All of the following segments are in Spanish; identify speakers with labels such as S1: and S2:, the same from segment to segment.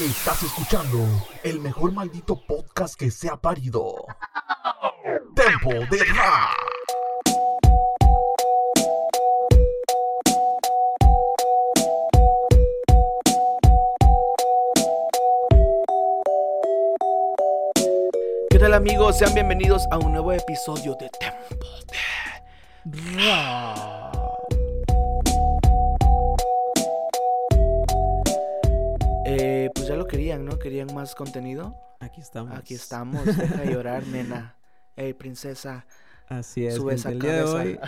S1: Estás escuchando el mejor maldito podcast que se ha parido. Tempo de Rap.
S2: ¿Qué tal amigos? Sean bienvenidos a un nuevo episodio de Tempo de Ra. Eh, pues ya lo querían, ¿no? ¿Querían más contenido?
S3: Aquí estamos.
S2: Aquí estamos, deja de llorar, nena. Ey, princesa.
S3: Así es.
S2: Sube
S3: gente,
S2: esa
S3: el día de hoy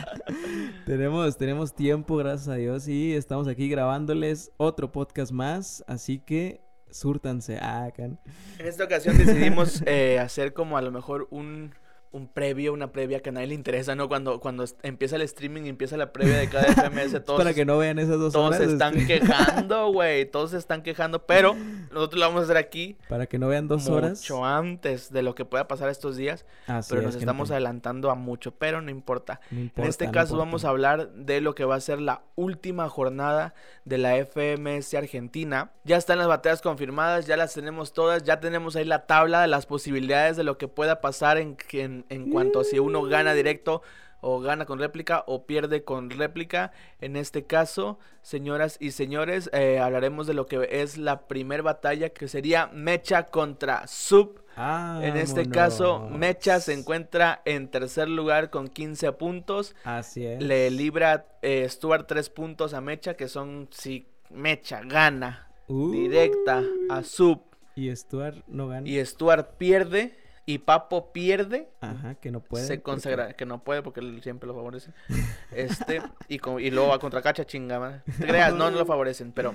S3: tenemos, tenemos tiempo, gracias a Dios, y estamos aquí grabándoles otro podcast más, así que súrtanse. Ah, can.
S2: En esta ocasión decidimos eh, hacer como a lo mejor un, un previo, una previa que a nadie le interesa, ¿no? Cuando, cuando est- empieza el streaming y empieza la previa de cada FMS, todos,
S3: Para que no vean esas dos
S2: todos
S3: horas.
S2: se están
S3: este,
S2: quejando, güey. Todos se están quejando, pero nosotros lo vamos a hacer aquí
S3: Para que no vean dos horas.
S2: mucho antes de lo que pueda pasar estos días,
S3: Así
S2: pero
S3: es,
S2: nos estamos
S3: gente,
S2: adelantando a mucho, pero no importa.
S3: no
S2: En este
S3: importa, no
S2: caso
S3: importa.
S2: vamos a hablar de lo que va a ser la última jornada de la FMS Argentina. Ya están las batallas confirmadas, ya las tenemos todas, ya tenemos ahí la tabla de las posibilidades de lo que pueda pasar en, en, en cuanto a si uno gana directo o gana con réplica o pierde con réplica. En este caso, señoras y señores, eh, hablaremos de lo que es la primer batalla que sería Mecha contra Sub. En este caso,
S3: Vámonos.
S2: Mecha se encuentra en tercer lugar con 15 puntos.
S3: Así es.
S2: Le libra eh, Stuart 3 puntos a Mecha, que son si Mecha gana
S3: Uh,
S2: directa a Sub
S3: Y Stuart no gana.
S2: y Stuart pierde y Papo pierde,
S3: Ajá, que no puede.
S2: se
S3: porque-
S2: consagra, que no puede porque él siempre lo favorecen. Este, y, co- y luego a contra Cacha chinga, madre. Te creas, no, no lo favorecen, pero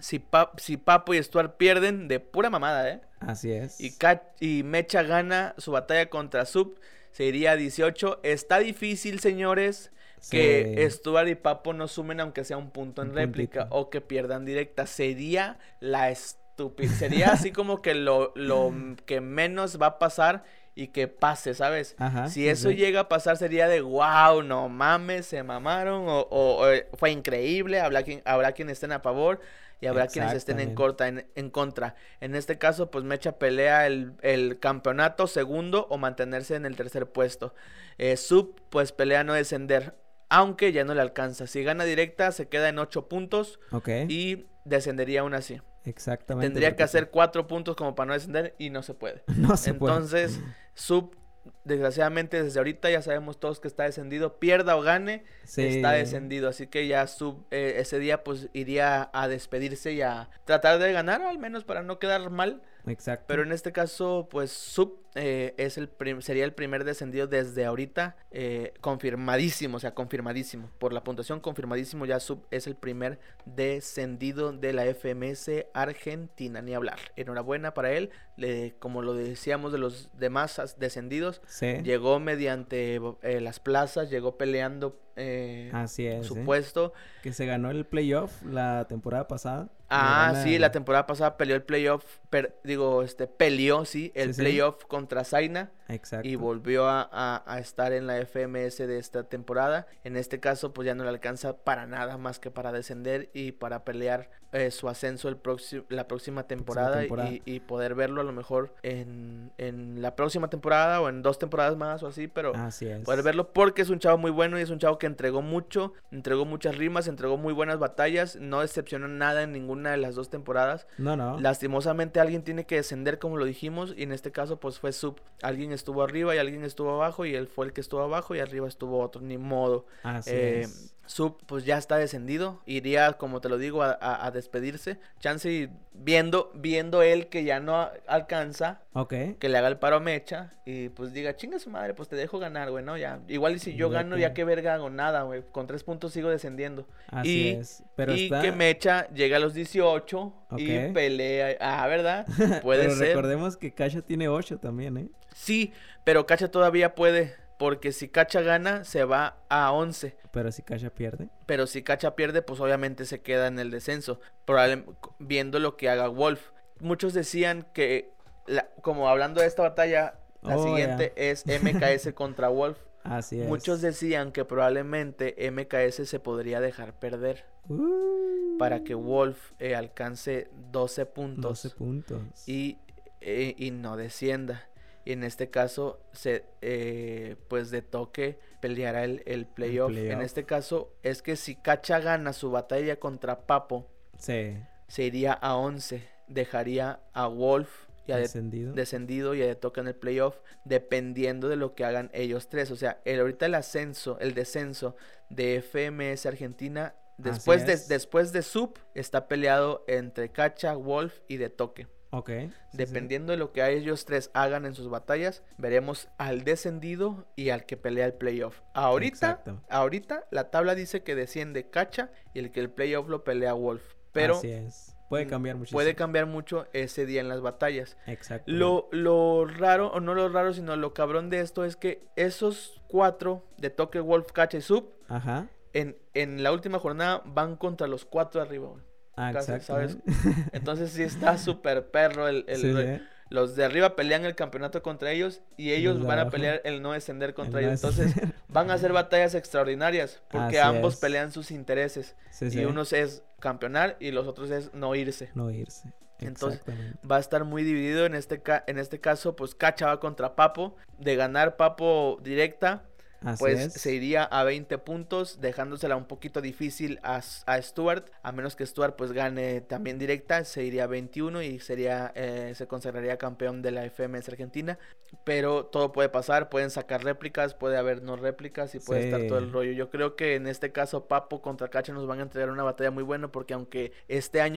S2: si, Pa- si Papo y Stuart pierden, de pura mamada, ¿eh?
S3: Así es.
S2: Y, Ca- y Mecha gana su batalla contra Sub. Sería 18. Está difícil, señores, que
S3: Sí.
S2: Stuart y Papo no sumen aunque sea un punto en
S3: Un
S2: réplica
S3: puntito.
S2: o que pierdan directa. Sería la estúpida. Sería así como que lo, lo que menos va a pasar y que pase, ¿sabes?
S3: Ajá,
S2: si eso
S3: exacto.
S2: llega a pasar sería de wow, no mames, se mamaron o, o- o, eh, fue increíble, habrá quien, habrá quien estén a favor y habrá quienes estén en,
S3: Exactamente.
S2: corta, en, en contra. En este caso, pues Mecha pelea el, el campeonato segundo o mantenerse en el tercer puesto. Eh, Sub, pues pelea no descender, aunque ya no le alcanza. Si gana directa, se queda en 8 puntos
S3: Ok.
S2: y descendería aún así.
S3: Exactamente.
S2: Tendría que
S3: porque-
S2: hacer 4 puntos como para no descender y no se puede.
S3: No se puede.
S2: Entonces, Sub, desgraciadamente desde ahorita ya sabemos todos que está descendido, pierda o gane,
S3: Sí.
S2: está descendido. Así que ya Sub eh, ese día pues iría a despedirse y a tratar de ganar, al menos para no quedar mal.
S3: Exacto.
S2: Pero en este caso, pues Sub eh, es el prim- sería el primer descendido desde ahorita, eh, confirmadísimo, o sea, confirmadísimo. Por la puntuación, confirmadísimo, ya Sub es el primer descendido de la FMS Argentina, ni hablar. Enhorabuena para él, le- como lo decíamos de los demás as- descendidos,
S3: Sí.
S2: llegó mediante eh, las plazas, llegó peleando eh,
S3: Así es.
S2: su
S3: ¿eh?
S2: puesto.
S3: Que se ganó el playoff la temporada pasada. Le
S2: Ah,
S3: gana-
S2: sí, la temporada pasada peleó el playoff, per- digo, este, peleó, sí, el
S3: Sí, sí.
S2: playoff contra Zaina.
S3: Exacto.
S2: y volvió a, a- a estar en la FMS de esta temporada. En este caso, pues ya no le alcanza para nada más que para descender y para pelear eh, su ascenso el próximo, la próxima temporada,
S3: temporada.
S2: Y, y poder verlo a lo mejor en, en la próxima temporada o en dos temporadas más o así, pero
S3: Así es.
S2: poder verlo porque es un chavo muy bueno y es un chavo que entregó mucho, entregó muchas rimas, entregó muy buenas batallas, no decepcionó nada en ninguna de las dos temporadas.
S3: No, no.
S2: Lastimosamente alguien tiene que descender como lo dijimos y en este caso pues fue sub. Alguien estuvo arriba y alguien estuvo abajo y él fue el que estuvo abajo y arriba estuvo otro, ni modo.
S3: Así
S2: Eh,
S3: es.
S2: Sub pues ya está descendido, iría como te lo digo a, a- a despedirse. Chance y viendo, viendo él que ya no a- alcanza,
S3: Ok.
S2: que le haga el paro a Mecha y pues diga, chinga su madre, pues te dejo ganar, güey, ¿no? Ya, igual y si yo
S3: Vete.
S2: gano, ya que verga hago nada, güey, con tres puntos sigo descendiendo.
S3: Así
S2: y-
S3: es. Pero
S2: y
S3: está.
S2: que Mecha llega a los 18 y
S3: Ok.
S2: pelea. Ah, ¿verdad? Puede
S3: pero
S2: ser.
S3: recordemos que Kasha tiene 8 también, ¿eh?
S2: Sí, pero Cacha todavía puede, porque si Cacha gana, se va a 11.
S3: Pero si Kasha pierde.
S2: Pero si Cacha pierde, pues obviamente se queda en el descenso, probablemente viendo lo que haga Wolf. Muchos decían que, la- como hablando de esta batalla, la
S3: Oh, ya.
S2: siguiente es MKS contra Wolf.
S3: Así es.
S2: Muchos decían que probablemente MKS se podría dejar perder
S3: Uh,
S2: para que Wolf eh, alcance 12 puntos
S3: 12 puntos.
S2: y, eh, y no descienda. Y en este caso, se, eh, pues de toque peleará el, el playoff. En
S3: playoff.
S2: este caso, es que si Cacha gana su batalla contra Papo,
S3: Sí.
S2: se iría a 11. Dejaría a Wolf y a De-
S3: Descendido.
S2: descendido y a De Toque en el playoff, dependiendo de lo que hagan ellos tres. O sea, el, ahorita el ascenso, el descenso de FMS Argentina. Después de,
S3: es.
S2: después de Sub está peleado entre Cacha, Wolf y De Toque.
S3: Ok. sí, sí.
S2: Dependiendo de lo que a ellos tres hagan en sus batallas, veremos al descendido y al que pelea el playoff. Ahorita,
S3: Exacto.
S2: ahorita la tabla dice que desciende Cacha y el que el playoff lo pelea Wolf. Pero mm,
S3: Así es. Puede cambiar muchísimo.
S2: puede cambiar mucho ese día en las batallas.
S3: Exacto.
S2: Lo, lo raro, o no lo raro, sino lo cabrón de esto es que esos cuatro de toque Wolf, Cacha y Sub,
S3: Ajá.
S2: en, en la última jornada van contra los cuatro arriba. güey.
S3: Ah,
S2: Casi,
S3: exacto.
S2: ¿sabes?
S3: ¿eh?
S2: Entonces sí está súper perro el, el-
S3: Sí, sí.
S2: los de arriba pelean el campeonato contra ellos y ellos
S3: los de
S2: van a
S3: abajo.
S2: pelear el no descender contra
S3: El
S2: ellos.
S3: no
S2: Entonces van a ser batallas extraordinarias porque
S3: Así
S2: ambos
S3: es.
S2: pelean sus intereses.
S3: Sí,
S2: Y
S3: sí.
S2: unos es campeonar y los otros es no irse.
S3: No irse.
S2: Entonces-
S3: Exactamente.
S2: Va a estar muy dividido en este, ca- en este caso, pues Cacha va contra Papo. De ganar Papo directa,
S3: Así
S2: pues
S3: es.
S2: se iría a 20 puntos, dejándosela un poquito difícil a, S- a Stuart, a menos que Stuart pues gane también directa, se iría a 21 y sería eh, se consagraría campeón de la FMS Argentina, pero todo puede pasar, pueden sacar réplicas, puede haber no réplicas y puede estar todo el
S3: Sí.
S2: rollo. Yo creo que en este caso Papo contra Cacha nos van a entregar una batalla muy buena porque aunque este año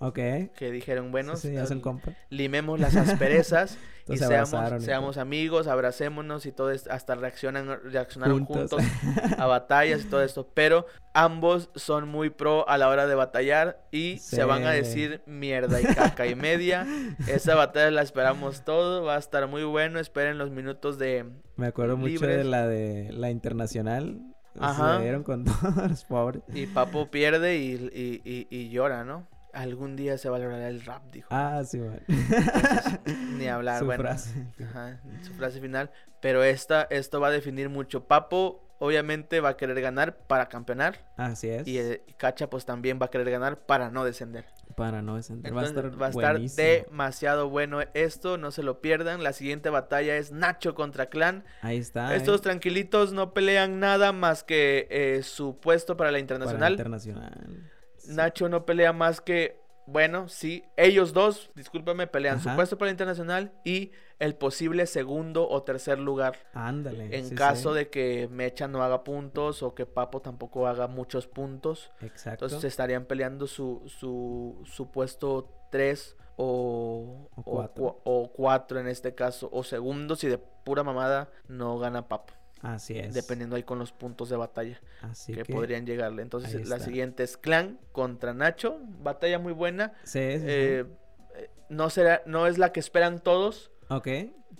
S3: Ok.
S2: que dijeron, bueno,
S3: sí, sí, ya son
S2: eh,
S3: compas.
S2: limemos las asperezas y
S3: Entonces se abrazaron
S2: seamos,
S3: y
S2: seamos amigos, abracémonos y todo esto, hasta reaccionan, reaccionaron juntos.
S3: Juntos.
S2: a batallas y todo esto, pero ambos son muy pro a la hora de batallar y
S3: Sí.
S2: se van a decir mierda y caca y media. Esa batalla la esperamos todo, va a estar muy bueno, esperen los minutos de
S3: Me acuerdo mucho de
S2: libres.
S3: la de la internacional.
S2: Ajá.
S3: Se dieron con todos los pobres.
S2: y Papo pierde y, y- y- y llora, ¿no? Algún día se valorará el rap, dijo.
S3: Ah, sí, man.
S2: Ni hablar,
S3: Su
S2: bueno.
S3: frase.
S2: Ajá, su frase final. Pero esta, esto va a definir mucho. Papo obviamente va a querer ganar para campeonar.
S3: Así es.
S2: Y eh, Cacha pues también va a querer ganar para no descender.
S3: Para no descender. Va a
S2: Entonces,
S3: estar
S2: va a estar
S3: buenísimo.
S2: demasiado bueno esto, no se lo pierdan. La siguiente batalla es Nacho contra Clan.
S3: Ahí está. ¿eh?
S2: Estos tranquilitos no pelean nada más que eh, su puesto para la
S3: Para
S2: internacional.
S3: internacional. Sí.
S2: Nacho no pelea más que, bueno, sí, ellos dos, discúlpame, pelean su
S3: Ajá.
S2: puesto para la internacional y el posible segundo o tercer lugar.
S3: Ándale.
S2: En
S3: sí,
S2: caso
S3: sí.
S2: de que Mecha no haga puntos o que Papo tampoco haga muchos puntos,
S3: Exacto.
S2: entonces estarían peleando su, su, su puesto 3 o,
S3: O
S2: o
S3: cuatro.
S2: cua- o cuatro en este caso, o segundo si de pura mamada no gana Papo.
S3: Así es.
S2: Dependiendo ahí con los puntos de batalla
S3: Así
S2: que,
S3: que
S2: podrían llegarle. Entonces,
S3: ahí
S2: la
S3: está.
S2: siguiente es Clan contra Nacho. Batalla muy buena.
S3: Sí, sí, sí.
S2: Eh, eh, no, será, no es la que esperan todos,
S3: ok.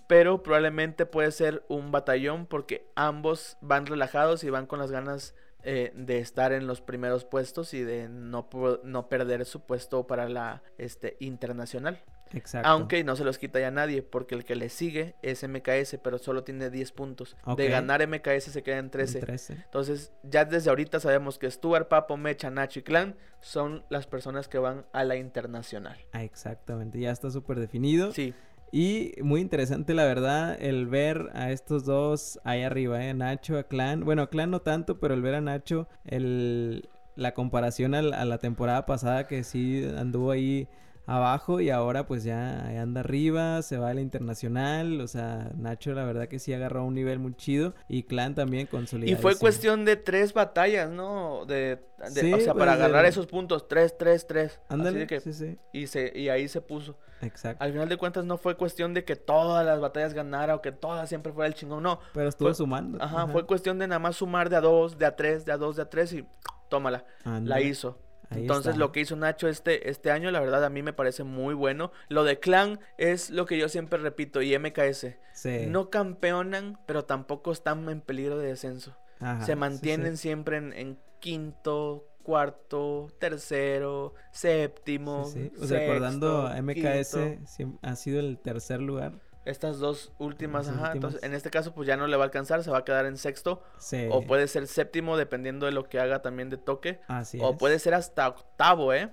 S2: pero probablemente puede ser un batallón porque ambos van relajados y van con las ganas eh, de estar en los primeros puestos y de no, po- no perder su puesto para la este, internacional.
S3: Exacto.
S2: Aunque no se los quita ya nadie porque el que le sigue es MKS, pero solo tiene 10 puntos.
S3: Ok.
S2: De ganar MKS se quedan
S3: Un
S2: 13.
S3: 13.
S2: Entonces, ya desde ahorita sabemos que Stuart, Papo, Mecha, Nacho y Clan son las personas que van a la internacional.
S3: Ah, exactamente. Ya está súper definido.
S2: Sí,
S3: Y muy interesante, la verdad, el ver a estos dos ahí arriba, ¿eh? A Nacho, a Clan. Bueno, a Clan no tanto, pero el ver a Nacho, el... la comparación al- a la, temporada pasada que sí anduvo ahí abajo y ahora pues ya ahí anda arriba, se va a la internacional. O sea, Nacho, la verdad que sí agarró un nivel muy chido y Clan también consolidado.
S2: Y fue cuestión de tres batallas, ¿no? De, de-
S3: Sí,
S2: o sea,
S3: pues,
S2: para
S3: de-
S2: agarrar esos puntos, tres, tres, tres. Así
S3: Ándale,
S2: de que-
S3: sí, sí.
S2: y, se, y ahí se puso.
S3: Exacto.
S2: Al final de cuentas no fue cuestión de que todas las batallas ganara o que todas siempre fuera el chingón, no.
S3: Pero estuvo
S2: fue-
S3: sumando.
S2: Ajá, fue cuestión de nada más sumar de a dos, de a tres, de a dos, de a tres y tómala, la
S3: Ándale,
S2: hizo.
S3: ahí
S2: Entonces
S3: está.
S2: lo que hizo Nacho este, este año, la verdad a mí me parece muy bueno. Lo de Clan es lo que yo siempre repito y MKS.
S3: Sí,
S2: No campeonan, pero tampoco están en peligro de descenso
S3: ajá, sí,
S2: se
S3: sí.
S2: mantienen siempre en, en quinto, cuarto, tercero, séptimo.
S3: Sí, sí. O
S2: sexto,
S3: sea, recordando a MKS,
S2: quinto.
S3: siem- ha sido el tercer lugar.
S2: Estas dos últimas,
S3: Esas
S2: ajá. Entonces,
S3: últimas. Eh.
S2: en este caso, pues ya no le va a alcanzar, se va a quedar en sexto.
S3: Sí,
S2: O puede ser séptimo, dependiendo de lo que haga también de toque.
S3: Así
S2: o
S3: es.
S2: puede ser hasta octavo, ¿eh?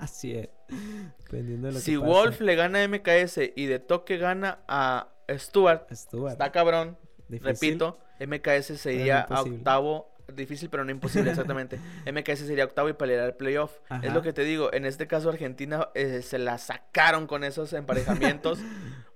S3: Así es. Dependiendo de lo
S2: Si
S3: que pase.
S2: Wolf le gana a MKS y de toque gana a Stuart,
S3: Stuart,
S2: está cabrón.
S3: difícil.
S2: Repito, MKS sería a
S3: imposible.
S2: octavo, difícil pero no imposible, exactamente. MKS sería octavo y peleará el playoff. Es
S3: Ajá.
S2: lo que te digo, en este caso Argentina eh, se la sacaron con esos emparejamientos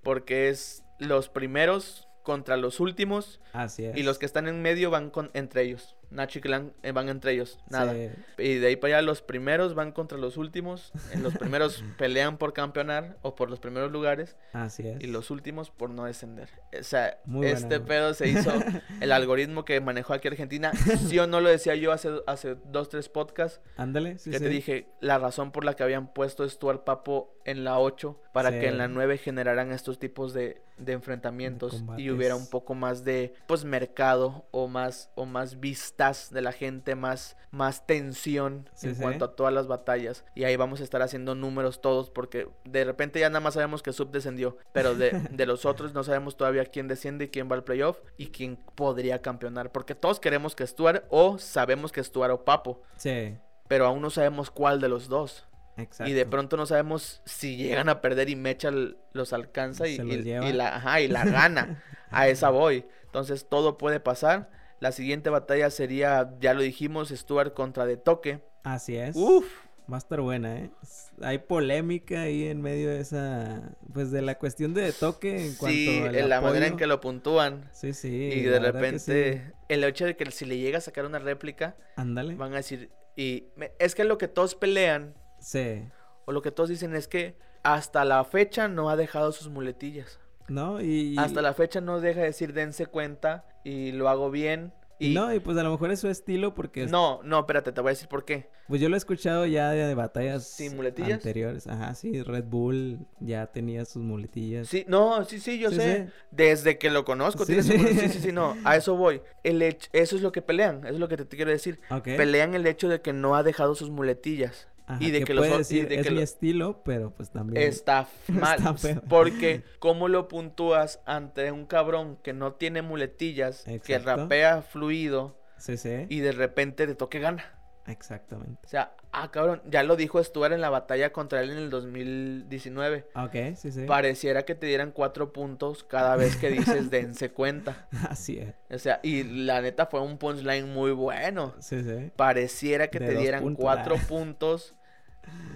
S2: porque es los primeros contra los últimos
S3: Así es.
S2: y los que están en medio van con, entre ellos. Nacho y Clan eh, van entre ellos, nada.
S3: Sí,
S2: Y de ahí para allá los primeros van contra los últimos, eh, los primeros pelean por campeonar o por los primeros lugares
S3: así es.
S2: y los últimos por no descender. O sea,
S3: Muy buena,
S2: este
S3: güey.
S2: pedo se hizo el algoritmo que manejó aquí Argentina. Sí o no lo decía yo hace, hace dos, tres podcasts.
S3: Ándale, sí,
S2: que te
S3: sí.
S2: dije la razón por la que habían puesto Stuart Papo en la 8 para
S3: Sí.
S2: que en la 9 generaran estos tipos de, de enfrentamientos y hubiera un
S3: combates.
S2: poco más de pues mercado o más o más vistas de la gente, más más tensión
S3: Sí,
S2: en
S3: sí.
S2: cuanto a todas las batallas y ahí vamos a estar haciendo números todos porque de repente ya nada más sabemos que Sub descendió, pero de, de los otros no sabemos todavía quién desciende y quién va al playoff y quién podría campeonar porque todos queremos que Stuart o sabemos que Stuart o Papo
S3: Sí,
S2: pero aún no sabemos cuál de los dos.
S3: exacto.
S2: Y de pronto no sabemos si llegan a perder y Mecha l- los alcanza y,
S3: Se los
S2: y- y
S3: lleva.
S2: la, ajá, y la gana. a esa voy. Entonces todo puede pasar. La siguiente batalla sería, ya lo dijimos, Stuart contra De Toque.
S3: Así es.
S2: Uf,
S3: Va a estar buena, ¿eh? S- Hay polémica ahí en medio de esa... Pues de la cuestión de toque en cuanto
S2: sí,
S3: al
S2: en la manera en
S3: apoyo.
S2: que lo puntúan.
S3: Sí, sí.
S2: y de
S3: la verdad que sí.
S2: repente, el hecho de que si le llega a sacar una réplica,
S3: Ándale.
S2: van a decir, y me- es que lo que todos pelean,
S3: Sí.
S2: o lo que todos dicen es que hasta la fecha no ha dejado sus muletillas.
S3: ¿No? Y...
S2: Hasta la fecha no deja de decir dense cuenta y lo hago bien. Y...
S3: No, y pues a lo mejor es su estilo porque...
S2: no, no, espérate, te voy a decir por qué.
S3: Pues yo lo he escuchado ya de, de batallas
S2: Sí, muletillas.
S3: anteriores. Ajá, sí, Red Bull ya tenía sus muletillas.
S2: Sí, no, sí, sí, yo
S3: Sí,
S2: sé.
S3: sí.
S2: Desde que lo conozco,
S3: Sí,
S2: tiene
S3: sí.
S2: seguro- sí. sí, sí, no, a eso voy. El hecho- eso es lo que pelean, eso es lo que te, te quiero decir.
S3: Ok.
S2: Pelean el hecho de que no ha dejado sus muletillas.
S3: Ajá,
S2: y de que, los
S3: puede
S2: o- y
S3: decir,
S2: de
S3: es
S2: que
S3: mi
S2: lo-
S3: estilo, pero pues también...
S2: Está mal.
S3: Está feo.
S2: Porque, ¿cómo lo puntúas ante un cabrón que no tiene muletillas, que
S3: Exacto.
S2: rapea fluido
S3: Sí, sí.
S2: y de repente te toque gana?
S3: Exactamente.
S2: O sea, ah, cabrón, ya lo dijo Stuart en la batalla contra él en el 2019.
S3: Ok, sí, sí.
S2: Pareciera que te dieran cuatro puntos cada vez que dices dense cuenta.
S3: Así es.
S2: O sea, y la neta fue un punchline muy bueno.
S3: Sí, sí.
S2: Pareciera que
S3: De
S2: te
S3: dos
S2: dieran
S3: puntos,
S2: cuatro
S3: ah.
S2: puntos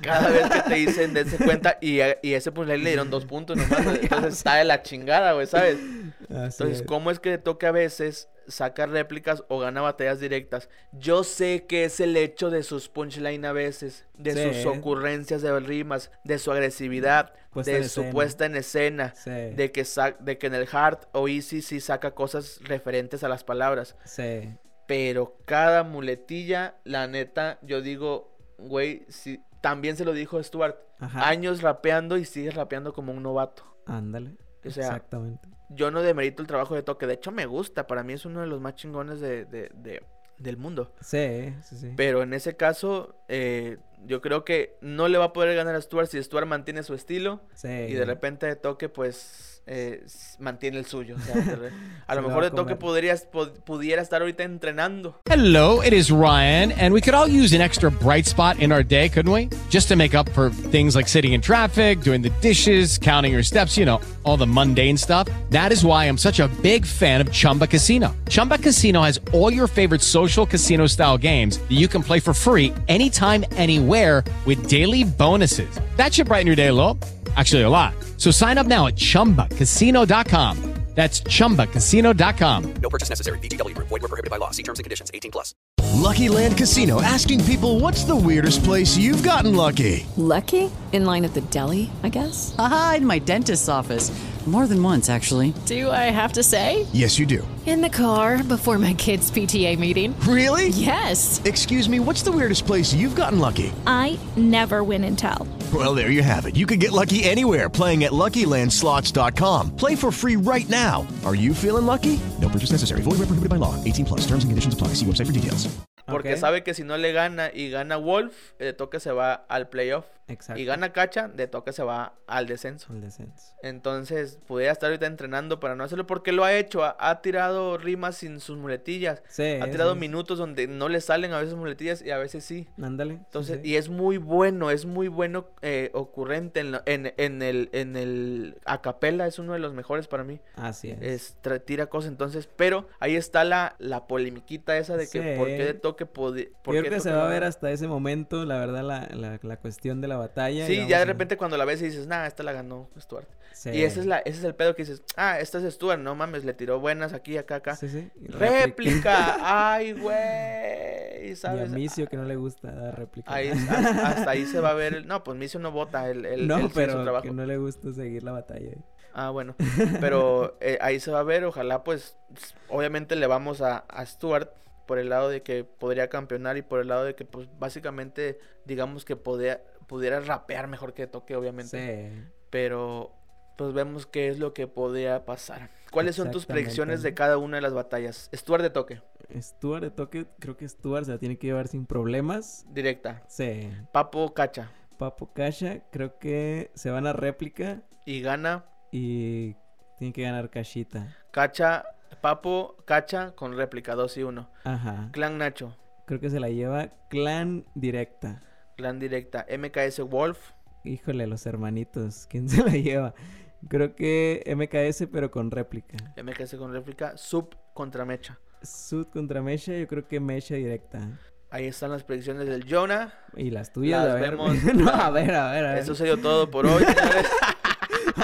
S2: cada vez que te dicen dense cuenta. Y, a- y ese punchline le dieron dos puntos nomás. Entonces está de la chingada, güey, ¿sabes?
S3: Así
S2: Entonces,
S3: es.
S2: ¿cómo es que le toca a veces saca réplicas o gana batallas directas. Yo sé que es el hecho de sus punchline a veces, de
S3: Sí. Mm,
S2: sus ocurrencias de rimas, de su agresividad,
S3: Puesta
S2: de
S3: en
S2: su
S3: escena.
S2: puesta en escena,
S3: Sí.
S2: de, que sa- de que en el hard o easy sí saca cosas referentes a las palabras.
S3: Sí.
S2: Pero cada muletilla, la neta, yo digo, güey, sí- también se lo dijo Stuart.
S3: Ajá.
S2: Años rapeando y sigues rapeando como un novato.
S3: Ándale.
S2: O sea,
S3: Exactamente.
S2: Yo no demerito el trabajo de Toque, de hecho me gusta, para mí es uno de los más chingones de, de- de- del mundo.
S3: Sí, sí, sí.
S2: Pero en ese caso, eh, yo creo que no le va a poder ganar a Stuart si Stuart mantiene su estilo
S3: Sí.
S2: y de repente de Toque pues eh, s- mantiene el suyo. o sea, de re- a
S3: Se
S2: lo
S3: lo
S2: mejor
S3: va
S2: de
S3: a
S2: Toque
S3: comer.
S2: podrías- pod- pudiera estar ahorita entrenando.
S4: Hello, it is Ryan, and we could all use an extra bright spot in our day, couldn't we? Just to make up for things like sitting in traffic, doing the dishes, counting your steps, you know, all the mundane stuff. That is why I'm such a big fan of Chumba Casino. Chumba Casino has all your favorite social casino style games that you can play for free anytime, anywhere with daily bonuses. That should brighten your day, a little. Actually, a lot. So sign up now at chumbacasino.com. That's chumbacasino.com.
S5: No purchase necessary. VGW Group. Void were prohibited by law. See terms and conditions. 18 plus.
S6: Lucky Land Casino asking people what's the weirdest place you've gotten lucky?
S7: Lucky? In line at the deli, I guess?
S8: Haha, in my dentist's office. More than once, actually.
S7: Do I have to say?
S6: Yes, you do.
S7: In the car before my kids' PTA meeting.
S6: Really?
S7: Yes!
S6: Excuse me, what's the weirdest place you've gotten lucky?
S9: I never win and tell.
S6: Well, there you have it. You can get lucky anywhere playing at LuckyLandSlots.com. Play for free right now. Are you feeling lucky? No purchase necessary. Void where prohibited by law. 18 plus. Terms and conditions apply. See website for details.
S2: Porque
S3: Ok.
S2: sabe que si no le gana y gana Wolf, eh, de Toque se va al playoff.
S3: Exacto.
S2: Y gana Cacha, de Toque se va al descenso.
S3: El descenso.
S2: Entonces, pudiera estar ahorita entrenando para no hacerlo porque lo ha hecho. Ha, ha tirado rimas sin sus muletillas.
S3: Sí,
S2: ha tirado
S3: sí.
S2: minutos donde no le salen a veces muletillas y a veces sí.
S3: Ándale. sí,
S2: Entonces,
S3: sí.
S2: y es muy bueno, es muy bueno eh, ocurrente en, lo- en, en el, en el a capela, es uno de los mejores para mí.
S3: Así es.
S2: Es, tra- tira cosas entonces, pero ahí está la, la polemiquita esa de que
S3: Sí.
S2: por qué de toque podi- por
S3: Yo
S2: qué
S3: creo que se
S2: Toque
S3: va a
S2: no-
S3: ver hasta ese momento, la verdad, la, la, la cuestión de la batalla. y
S2: Sí,
S3: vamos
S2: ya de
S3: a-
S2: repente cuando la ves y dices, nah, esta la ganó Stuart.
S3: Sí.
S2: Y ese es, la, ese es el pedo que dices, ah, esta es Stuart, no mames, le tiró buenas aquí, acá, acá.
S3: Sí, sí. y
S2: ¡Réplica! ¡Ay, güey!
S3: Y a
S2: ¿Sabes? Ah,
S3: Micio que no le gusta ah, dar réplica.
S2: Ahí, hasta, hasta ahí se va a ver. el- No, pues Micio no vota. Él, él-
S3: no,
S2: él sigue su
S3: pero
S2: trabajo.
S3: que no le gusta seguir la batalla.
S2: Ah, bueno. Pero eh, ahí se va a ver. Ojalá, pues, s- obviamente le vamos a, a Stuart por el lado de que podría campeonar y por el lado de que, pues, básicamente, digamos que podía- pudiera rapear mejor que toque, obviamente.
S3: Sí.
S2: Pero, pues, vemos qué es lo que podría pasar. ¿Cuáles son tus predicciones de
S3: Exactamente.
S2: cada una de las batallas? Stuart de toque,
S3: Stuart de toque, creo que Stuart se la tiene que llevar sin problemas.
S2: directa.
S3: Sí.
S2: Papo cacha.
S3: Papo Kasha, creo que se van a réplica
S2: Y gana
S3: y tiene que ganar Cashita.
S2: Cacha, Papo, Cacha con réplica 2 y 1.
S3: Ajá.
S2: Clan Nacho,
S3: Creo que se la lleva Clan directa.
S2: Clan Directa, MKS Wolf,
S3: Híjole, los hermanitos. ¿Quién se la lleva? Creo que MKS, pero con réplica.
S2: MKS con réplica, Sub contra Mecha.
S3: Sud contra Mesha, yo creo que Mesha directa.
S2: Ahí están las predicciones del Jonah.
S3: Y las tuyas,
S2: Las
S3: a ver.
S2: vemos.
S3: no, a ver, a ver, a ver.
S2: Eso ha sido todo por hoy. señores.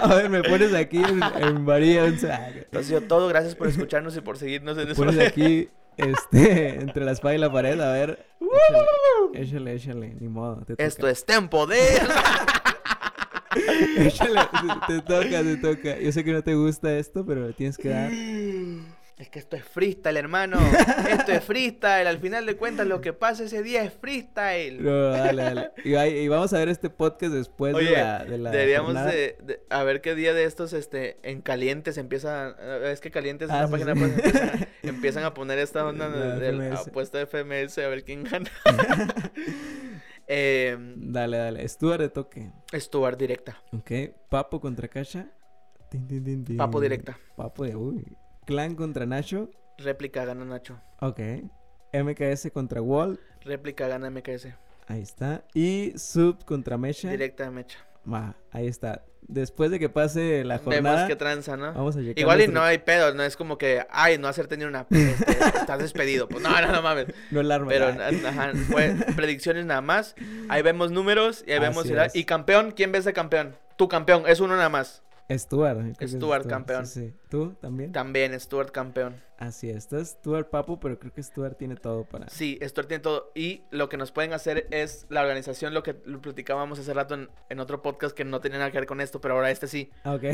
S3: A ver, me pones aquí en, en varianza. Ah,
S2: Eso ha sido todo. Gracias por escucharnos y por seguirnos en
S3: Me
S2: eso.
S3: pones aquí, este, entre la espada y la pared, a ver. Échale, échale, échale, ni modo. Te toca.
S2: Esto es Tempo de...
S3: Échale, te, te toca, te toca. Yo sé que no te gusta esto, pero le tienes que dar.
S2: Es que esto es freestyle, hermano. Esto es freestyle. Al final de cuentas, lo que pasa ese día es freestyle.
S3: No, dale, dale. Y, ahí- y vamos a ver este podcast después
S2: Oye,
S3: de la, de la
S2: deberíamos
S3: jornada.
S2: de, de- a ver qué día de estos este en calientes empieza eh, es que calientes en
S3: Ah,
S2: la
S3: sí,
S2: página
S3: sí.
S2: pues, empiezan, empiezan a poner esta onda
S3: La
S2: de, de la
S3: FMS.
S2: apuesta de FMS a ver quién gana. eh,
S3: Dale, dale. Stuart de toque.
S2: Stuart directa,
S3: Ok. Papo contra Kasha. Tin, tin, tin, tin.
S2: Papo directa.
S3: Papo de uy. Clan contra Nacho.
S2: réplica gana Nacho,
S3: Ok. MKS contra Wall.
S2: réplica gana MKS,
S3: Ahí está. Y Sub contra Mesha.
S2: directa de Mecha.
S3: Va, ahí está. Después de que pase la
S2: Vemos
S3: jornada.
S2: qué tranza, ¿no?
S3: Vamos a llegar
S2: Igual y
S3: nuestro-
S2: no hay pedo, no es como que ay, no hacerte ni una este, estás despedido. Pues no, no, no mames.
S3: No alarma.
S2: Pero
S3: Ah.
S2: na- ajá, fue predicciones nada más. Ahí vemos números y ahí vemos.
S3: Así
S2: el-
S3: es.
S2: Y campeón, ¿quién ves de campeón? Tu campeón, es uno nada más.
S3: Stuart. creo que es
S2: Stuart, campeón.
S3: sí, sí. ¿Tú también?
S2: También, Stuart campeón.
S3: Así es, está Stuart Papo, pero creo que Stuart tiene todo para...
S2: Sí, Stuart tiene todo. Y lo que nos pueden hacer es la organización, lo que lo platicábamos hace rato en, en otro podcast que no tenía nada que ver con esto, pero ahora este sí.
S3: Ah, ok.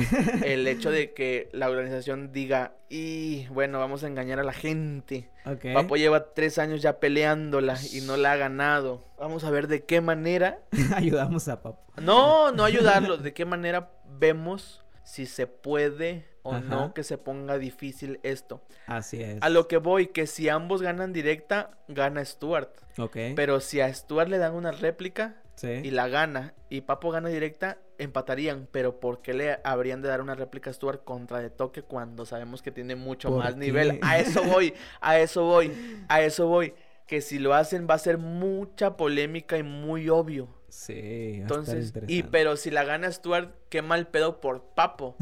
S2: El hecho de que la organización diga, y bueno, vamos a engañar a la gente.
S3: Ok.
S2: Papo lleva tres años ya peleándola y no la ha ganado. Vamos a ver de qué manera.
S3: Ayudamos a Papo.
S2: No, no ayudarlo. De qué manera vemos si se puede o
S3: Ajá.
S2: no que se ponga difícil esto.
S3: Así es.
S2: A lo que voy, que si ambos ganan directa, gana Stuart.
S3: Ok.
S2: Pero si a Stuart le dan una réplica
S3: Sí.
S2: y la gana y Papo gana directa, empatarían. Pero ¿por qué le habrían de dar una réplica a Stuart contra de toque cuando sabemos que tiene mucho
S3: ¿Por
S2: más
S3: qué?
S2: nivel? A eso voy, a eso voy, a eso voy. Que si lo hacen va a ser mucha polémica y muy obvio.
S3: Sí, va a estar
S2: Entonces, y
S3: interesante.
S2: pero si la gana Stuart, qué mal pedo por Papo,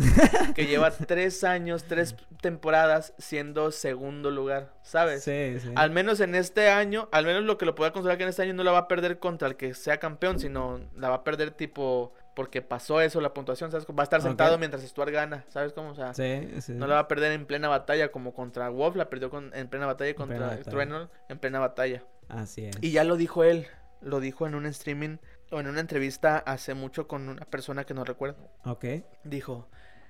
S2: que lleva tres años, tres temporadas siendo segundo lugar, ¿sabes?
S3: Sí, sí.
S2: Al menos en este año, al menos lo que lo pueda considerar que en este año no la va a perder contra el que sea campeón, sino la va a perder tipo porque pasó eso, la puntuación, ¿sabes? Va a estar
S3: Ok.
S2: sentado mientras Stuart gana, ¿sabes cómo? O sea,
S3: Sí, sí.
S2: no la va a perder en plena batalla como contra Wolf, la perdió con- en plena batalla y
S3: plena
S2: contra
S3: batalla.
S2: Truenor en plena batalla.
S3: Así es.
S2: Y ya lo dijo él, lo dijo en un streaming o en una entrevista hace mucho con una persona que no recuerdo.
S3: Ok.
S2: Dijo,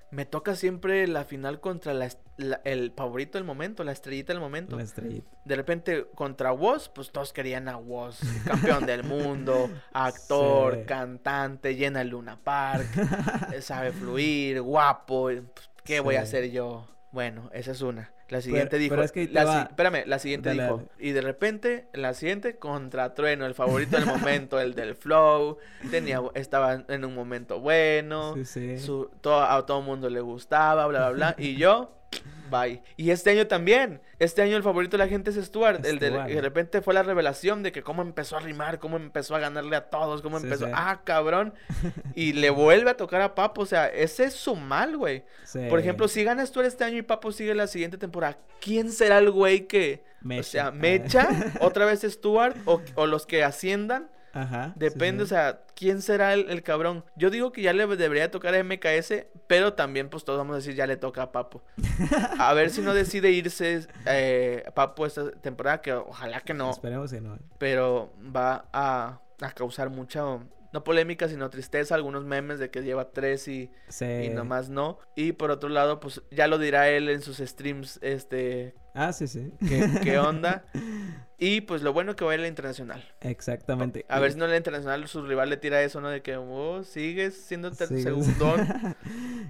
S2: me toca siempre la final contra la est- la- el favorito del momento, la estrellita del momento.
S3: La estrellita.
S2: De repente contra Woz, pues todos querían a Woz, campeón del mundo, actor,
S3: Sí.
S2: cantante, llena el Luna Park, eh, sabe fluir, guapo, eh, pues, ¿qué voy a
S3: Sí.
S2: hacer yo? Bueno, esa es una. La siguiente dijo,
S3: pero es que ahí te
S2: la, si-
S3: va.
S2: espérame, la siguiente
S3: Dale,
S2: dijo,
S3: dale.
S2: y de repente la siguiente contra Trueno, el favorito del momento, el del flow, tenía estaba en un momento bueno,
S3: Sí, sí.
S2: su- todo, a todo mundo le gustaba, bla, bla, bla. Y yo, bye. Y este año también. Este año el favorito de la gente es Stuart. El de,
S3: Stuart.
S2: de repente fue la revelación de que cómo empezó a rimar, cómo empezó a ganarle a todos, cómo
S3: Sí,
S2: empezó.
S3: sí.
S2: Ah, cabrón. Y le vuelve a tocar a Papo. O sea, ese es su mal, güey.
S3: Sí.
S2: Por ejemplo, si gana Stuart este año y Papo sigue la siguiente temporada, ¿quién será el güey que. O
S3: Mecha.
S2: sea,
S3: Ah.
S2: Mecha, otra vez Stuart o, o los que asciendan.
S3: Ajá. sí,
S2: Depende,
S3: sí.
S2: o sea, quién será el, el cabrón. Yo digo que ya le debería tocar a MKS, pero también, pues todos vamos a decir, ya le toca a Papo. A ver si no decide irse eh, Papo esta temporada, que ojalá que no,
S3: Esperemos que no.
S2: pero va a, a causar mucha, no polémica, sino tristeza. Algunos memes de que lleva tres y,
S3: Sí.
S2: y nomás no. Y por otro lado, pues ya lo dirá él en sus streams, este,
S3: Ah, sí, sí.
S2: qué, qué onda. Y pues lo bueno que va a ir al internacional.
S3: Exactamente.
S2: A
S3: Y-
S2: ver si no en la internacional su rival le tira eso, ¿no? De que oh, sigues siendo ter-
S3: Sí, o sea,
S2: segundón.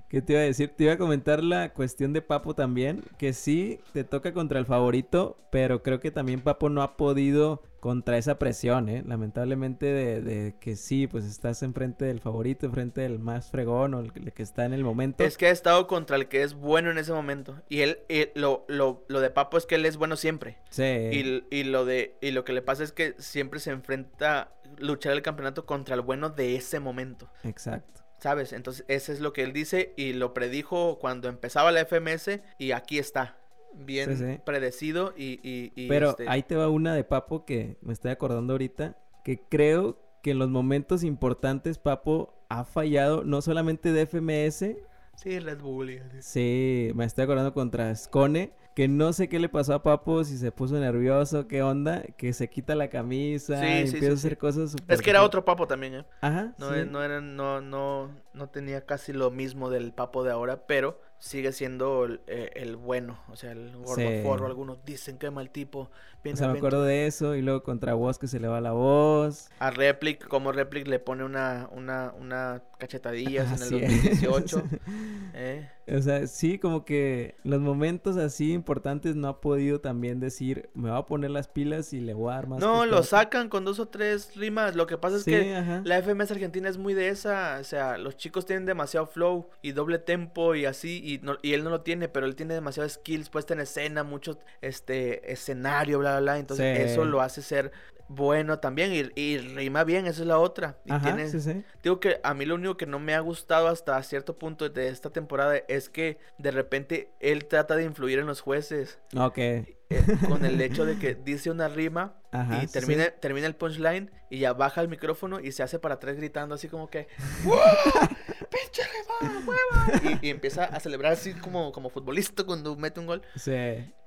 S3: ¿Qué te iba a decir? Te iba a comentar la cuestión de Papo también, que sí te toca contra el favorito, pero creo que también Papo no ha podido contra esa presión, ¿eh? Lamentablemente de, de que sí, pues estás enfrente del favorito, enfrente del más fregón o el que, el que está en el momento.
S2: Es que ha estado contra el que es bueno en ese momento. Y él, él- lo, lo, lo de Papo es que él es bueno siempre.
S3: Sí.
S2: Y, l- y lo de y lo que le pasa es que siempre se enfrenta luchar el campeonato contra el bueno de ese momento.
S3: Exacto.
S2: ¿Sabes? Entonces, ese es lo que él dice y lo predijo cuando empezaba la FMS y aquí está. Bien
S3: Sí, sí.
S2: predecido y, y- y,
S3: Pero
S2: este,
S3: ahí te va una de Papo que me estoy acordando ahorita, que creo que en los momentos importantes Papo ha fallado, no solamente de FMS,
S2: Sí, Red Bull. y-
S3: Sí, me estoy acordando contra Scone, que no sé qué le pasó a Papo, si se puso nervioso, qué onda, que se quita la camisa,
S2: Sí,
S3: y
S2: sí,
S3: empieza
S2: sí,
S3: a hacer
S2: sí.
S3: cosas
S2: Es
S3: súper-
S2: que era otro Papo también, ¿eh?
S3: Ajá,
S2: No,
S3: sí.
S2: eh, no, era, no, no, no tenía casi lo mismo del papo de ahora, pero sigue siendo el, eh, el bueno. O sea, el gordo
S3: Sí.
S2: forro. Algunos dicen que mal tipo.
S3: O
S2: Viene,
S3: sea, me
S2: viene.
S3: acuerdo de eso, y luego contra Woz que se le va la voz.
S2: A Replic, como Replic le pone una, una, una cachetadillas en el
S3: Así es.
S2: 2018. ¿eh?
S3: O sea, sí, como que los momentos así importantes no ha podido también decir, me voy a poner las pilas y le voy a dar más.
S2: No,
S3: que
S2: lo
S3: este vato".
S2: sacan con dos o tres rimas. Lo que pasa es
S3: Sí,
S2: que
S3: ajá.
S2: la FMS argentina es muy de esa. O sea, los chicos tienen demasiado flow y doble tempo y así. Y, no- y él no lo tiene, pero él tiene demasiados skills puesta en escena, mucho este, escenario, bla, bla, bla. Entonces,
S3: Sí.
S2: eso lo hace ser bueno también. Y, y rima bien, eso es la otra. Y
S3: Ajá,
S2: tiene-
S3: sí, sí.
S2: Digo que a mí lo único que no me ha gustado hasta cierto punto de esta temporada es que de repente él trata de influir en los jueces
S3: Ok,
S2: eh, con el hecho de que dice una rima
S3: Ajá,
S2: y
S3: sí,
S2: termina,
S3: sí.
S2: termina el punchline y ya baja el micrófono y se hace para atrás gritando así como que pinche Alemán, huevo. Y, y empieza a celebrar así como, como futbolista cuando mete un gol.
S3: Sí.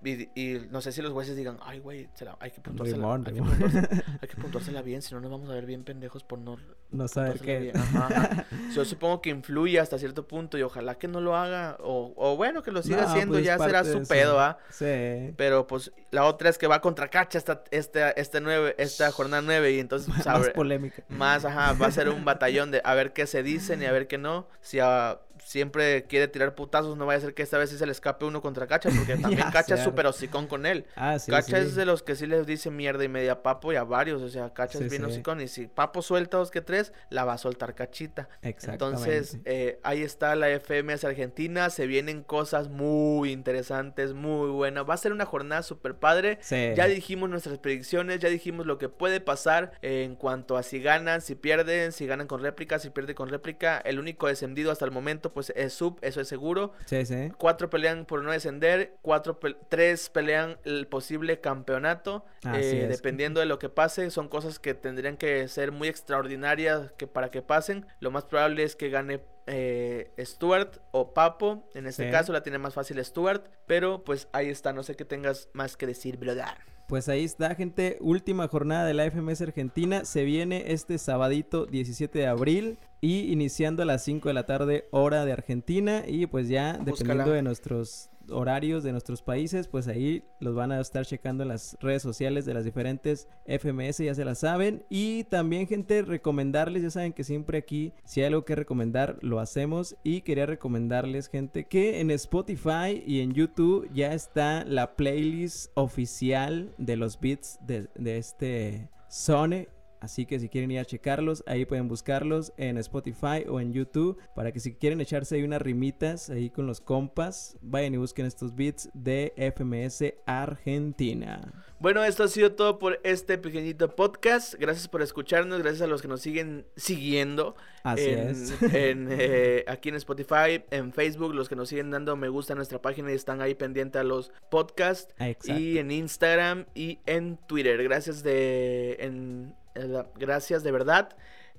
S2: Y, y no sé si los jueces digan, ay, güey, se la- hay que puntuársela.
S3: Rimón,
S2: hay, que
S3: rimón".
S2: puntuársela hay que puntuársela bien, si no nos vamos a ver bien pendejos por no.
S3: No saber
S2: puntuársela
S3: qué.
S2: bien". Pues Ajá, ajá. Yo supongo que influye hasta cierto punto y ojalá que no lo haga. O, o bueno, que lo siga
S3: No,
S2: haciendo,
S3: pues,
S2: ya
S3: parte
S2: será
S3: de
S2: su
S3: eso.
S2: pedo, ¿ah?
S3: Sí.
S2: Pero pues la otra es que va contra Cacha esta, esta, este nueve, esta jornada 9 y entonces pues,
S3: Más
S2: habrá-
S3: polémica.
S2: más, ajá, va a ser un batallón de a ver qué se dicen y a ver qué no. Si ah, siempre quiere tirar putazos, no vaya a ser que esta vez sí se le escape uno contra Cacha, porque también
S3: Ya
S2: Cacha es
S3: sé.
S2: súper hocicón con él.
S3: Ah, sí,
S2: Cacha es
S3: sí.
S2: de los que sí les dice mierda y media a Papo y a varios, o sea, Cacha
S3: Sí,
S2: es bien
S3: sí.
S2: hocicón y si Papo suelta dos que tres, la va a soltar Cachita. Entonces, eh, ahí está la FMS Argentina, se vienen cosas muy interesantes, muy buenas. Va a ser una jornada súper padre.
S3: Sí.
S2: Ya dijimos nuestras predicciones, ya dijimos lo que puede pasar en cuanto a si ganan, si pierden, si ganan con réplica, si pierden con réplica. El único descendido hasta el momento pues es sub, eso es seguro.
S3: Sí, sí.
S2: Cuatro pelean por no descender, cuatro pe- tres pelean el posible campeonato.
S3: Así
S2: Eh,
S3: es.
S2: Dependiendo de lo que pase, son cosas que tendrían que ser muy extraordinarias que para que pasen. Lo más probable es que gane eh, Stuart o Papo. En este
S3: Sí.
S2: caso la tiene más fácil Stuart, pero pues ahí está. No sé qué tengas más que decir, brother.
S3: Pues ahí está, gente. Última jornada de la FMS Argentina. Se viene este sabadito 17 de abril y iniciando a las 5 de la tarde, hora de Argentina. Y pues ya, dependiendo
S2: Búscala.
S3: de nuestros horarios de nuestros países, pues ahí los van a estar checando en las redes sociales de las diferentes FMS, ya se las saben. Y también, gente, recomendarles, ya saben que siempre aquí, si hay algo que recomendar, lo hacemos. Y quería recomendarles, gente, que en Spotify y en YouTube ya está la playlist oficial de los beats de, de este Sone. Así que si quieren ir a checarlos, ahí pueden buscarlos en Spotify o en YouTube. Para que si quieren echarse ahí unas rimitas ahí con los compas, vayan y busquen estos beats de FMS Argentina.
S2: Bueno, esto ha sido todo por este pequeñito podcast. Gracias por escucharnos, gracias a los que nos siguen siguiendo.
S3: Así
S2: en-
S3: es.
S2: en, eh, aquí en Spotify, en Facebook, los que nos siguen dando me gusta a nuestra página y están ahí pendiente a los podcasts.
S3: Exacto.
S2: Y en Instagram y en Twitter. Gracias de. en- en la- gracias de verdad.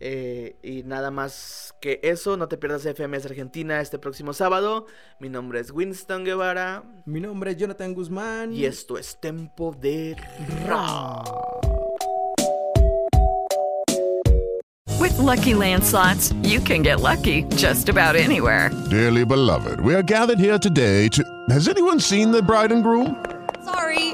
S2: Eh, y nada más que eso. No te pierdas FMS Argentina este próximo sábado. Mi nombre es Winston Guevara.
S3: Mi nombre es Jonathan Guzmán.
S2: Y esto es Tempo de Rock.
S7: With Lucky Land slots, you can get lucky just about anywhere.
S10: Dearly beloved, we are gathered here today to. Has anyone seen the bride and groom?
S11: Sorry,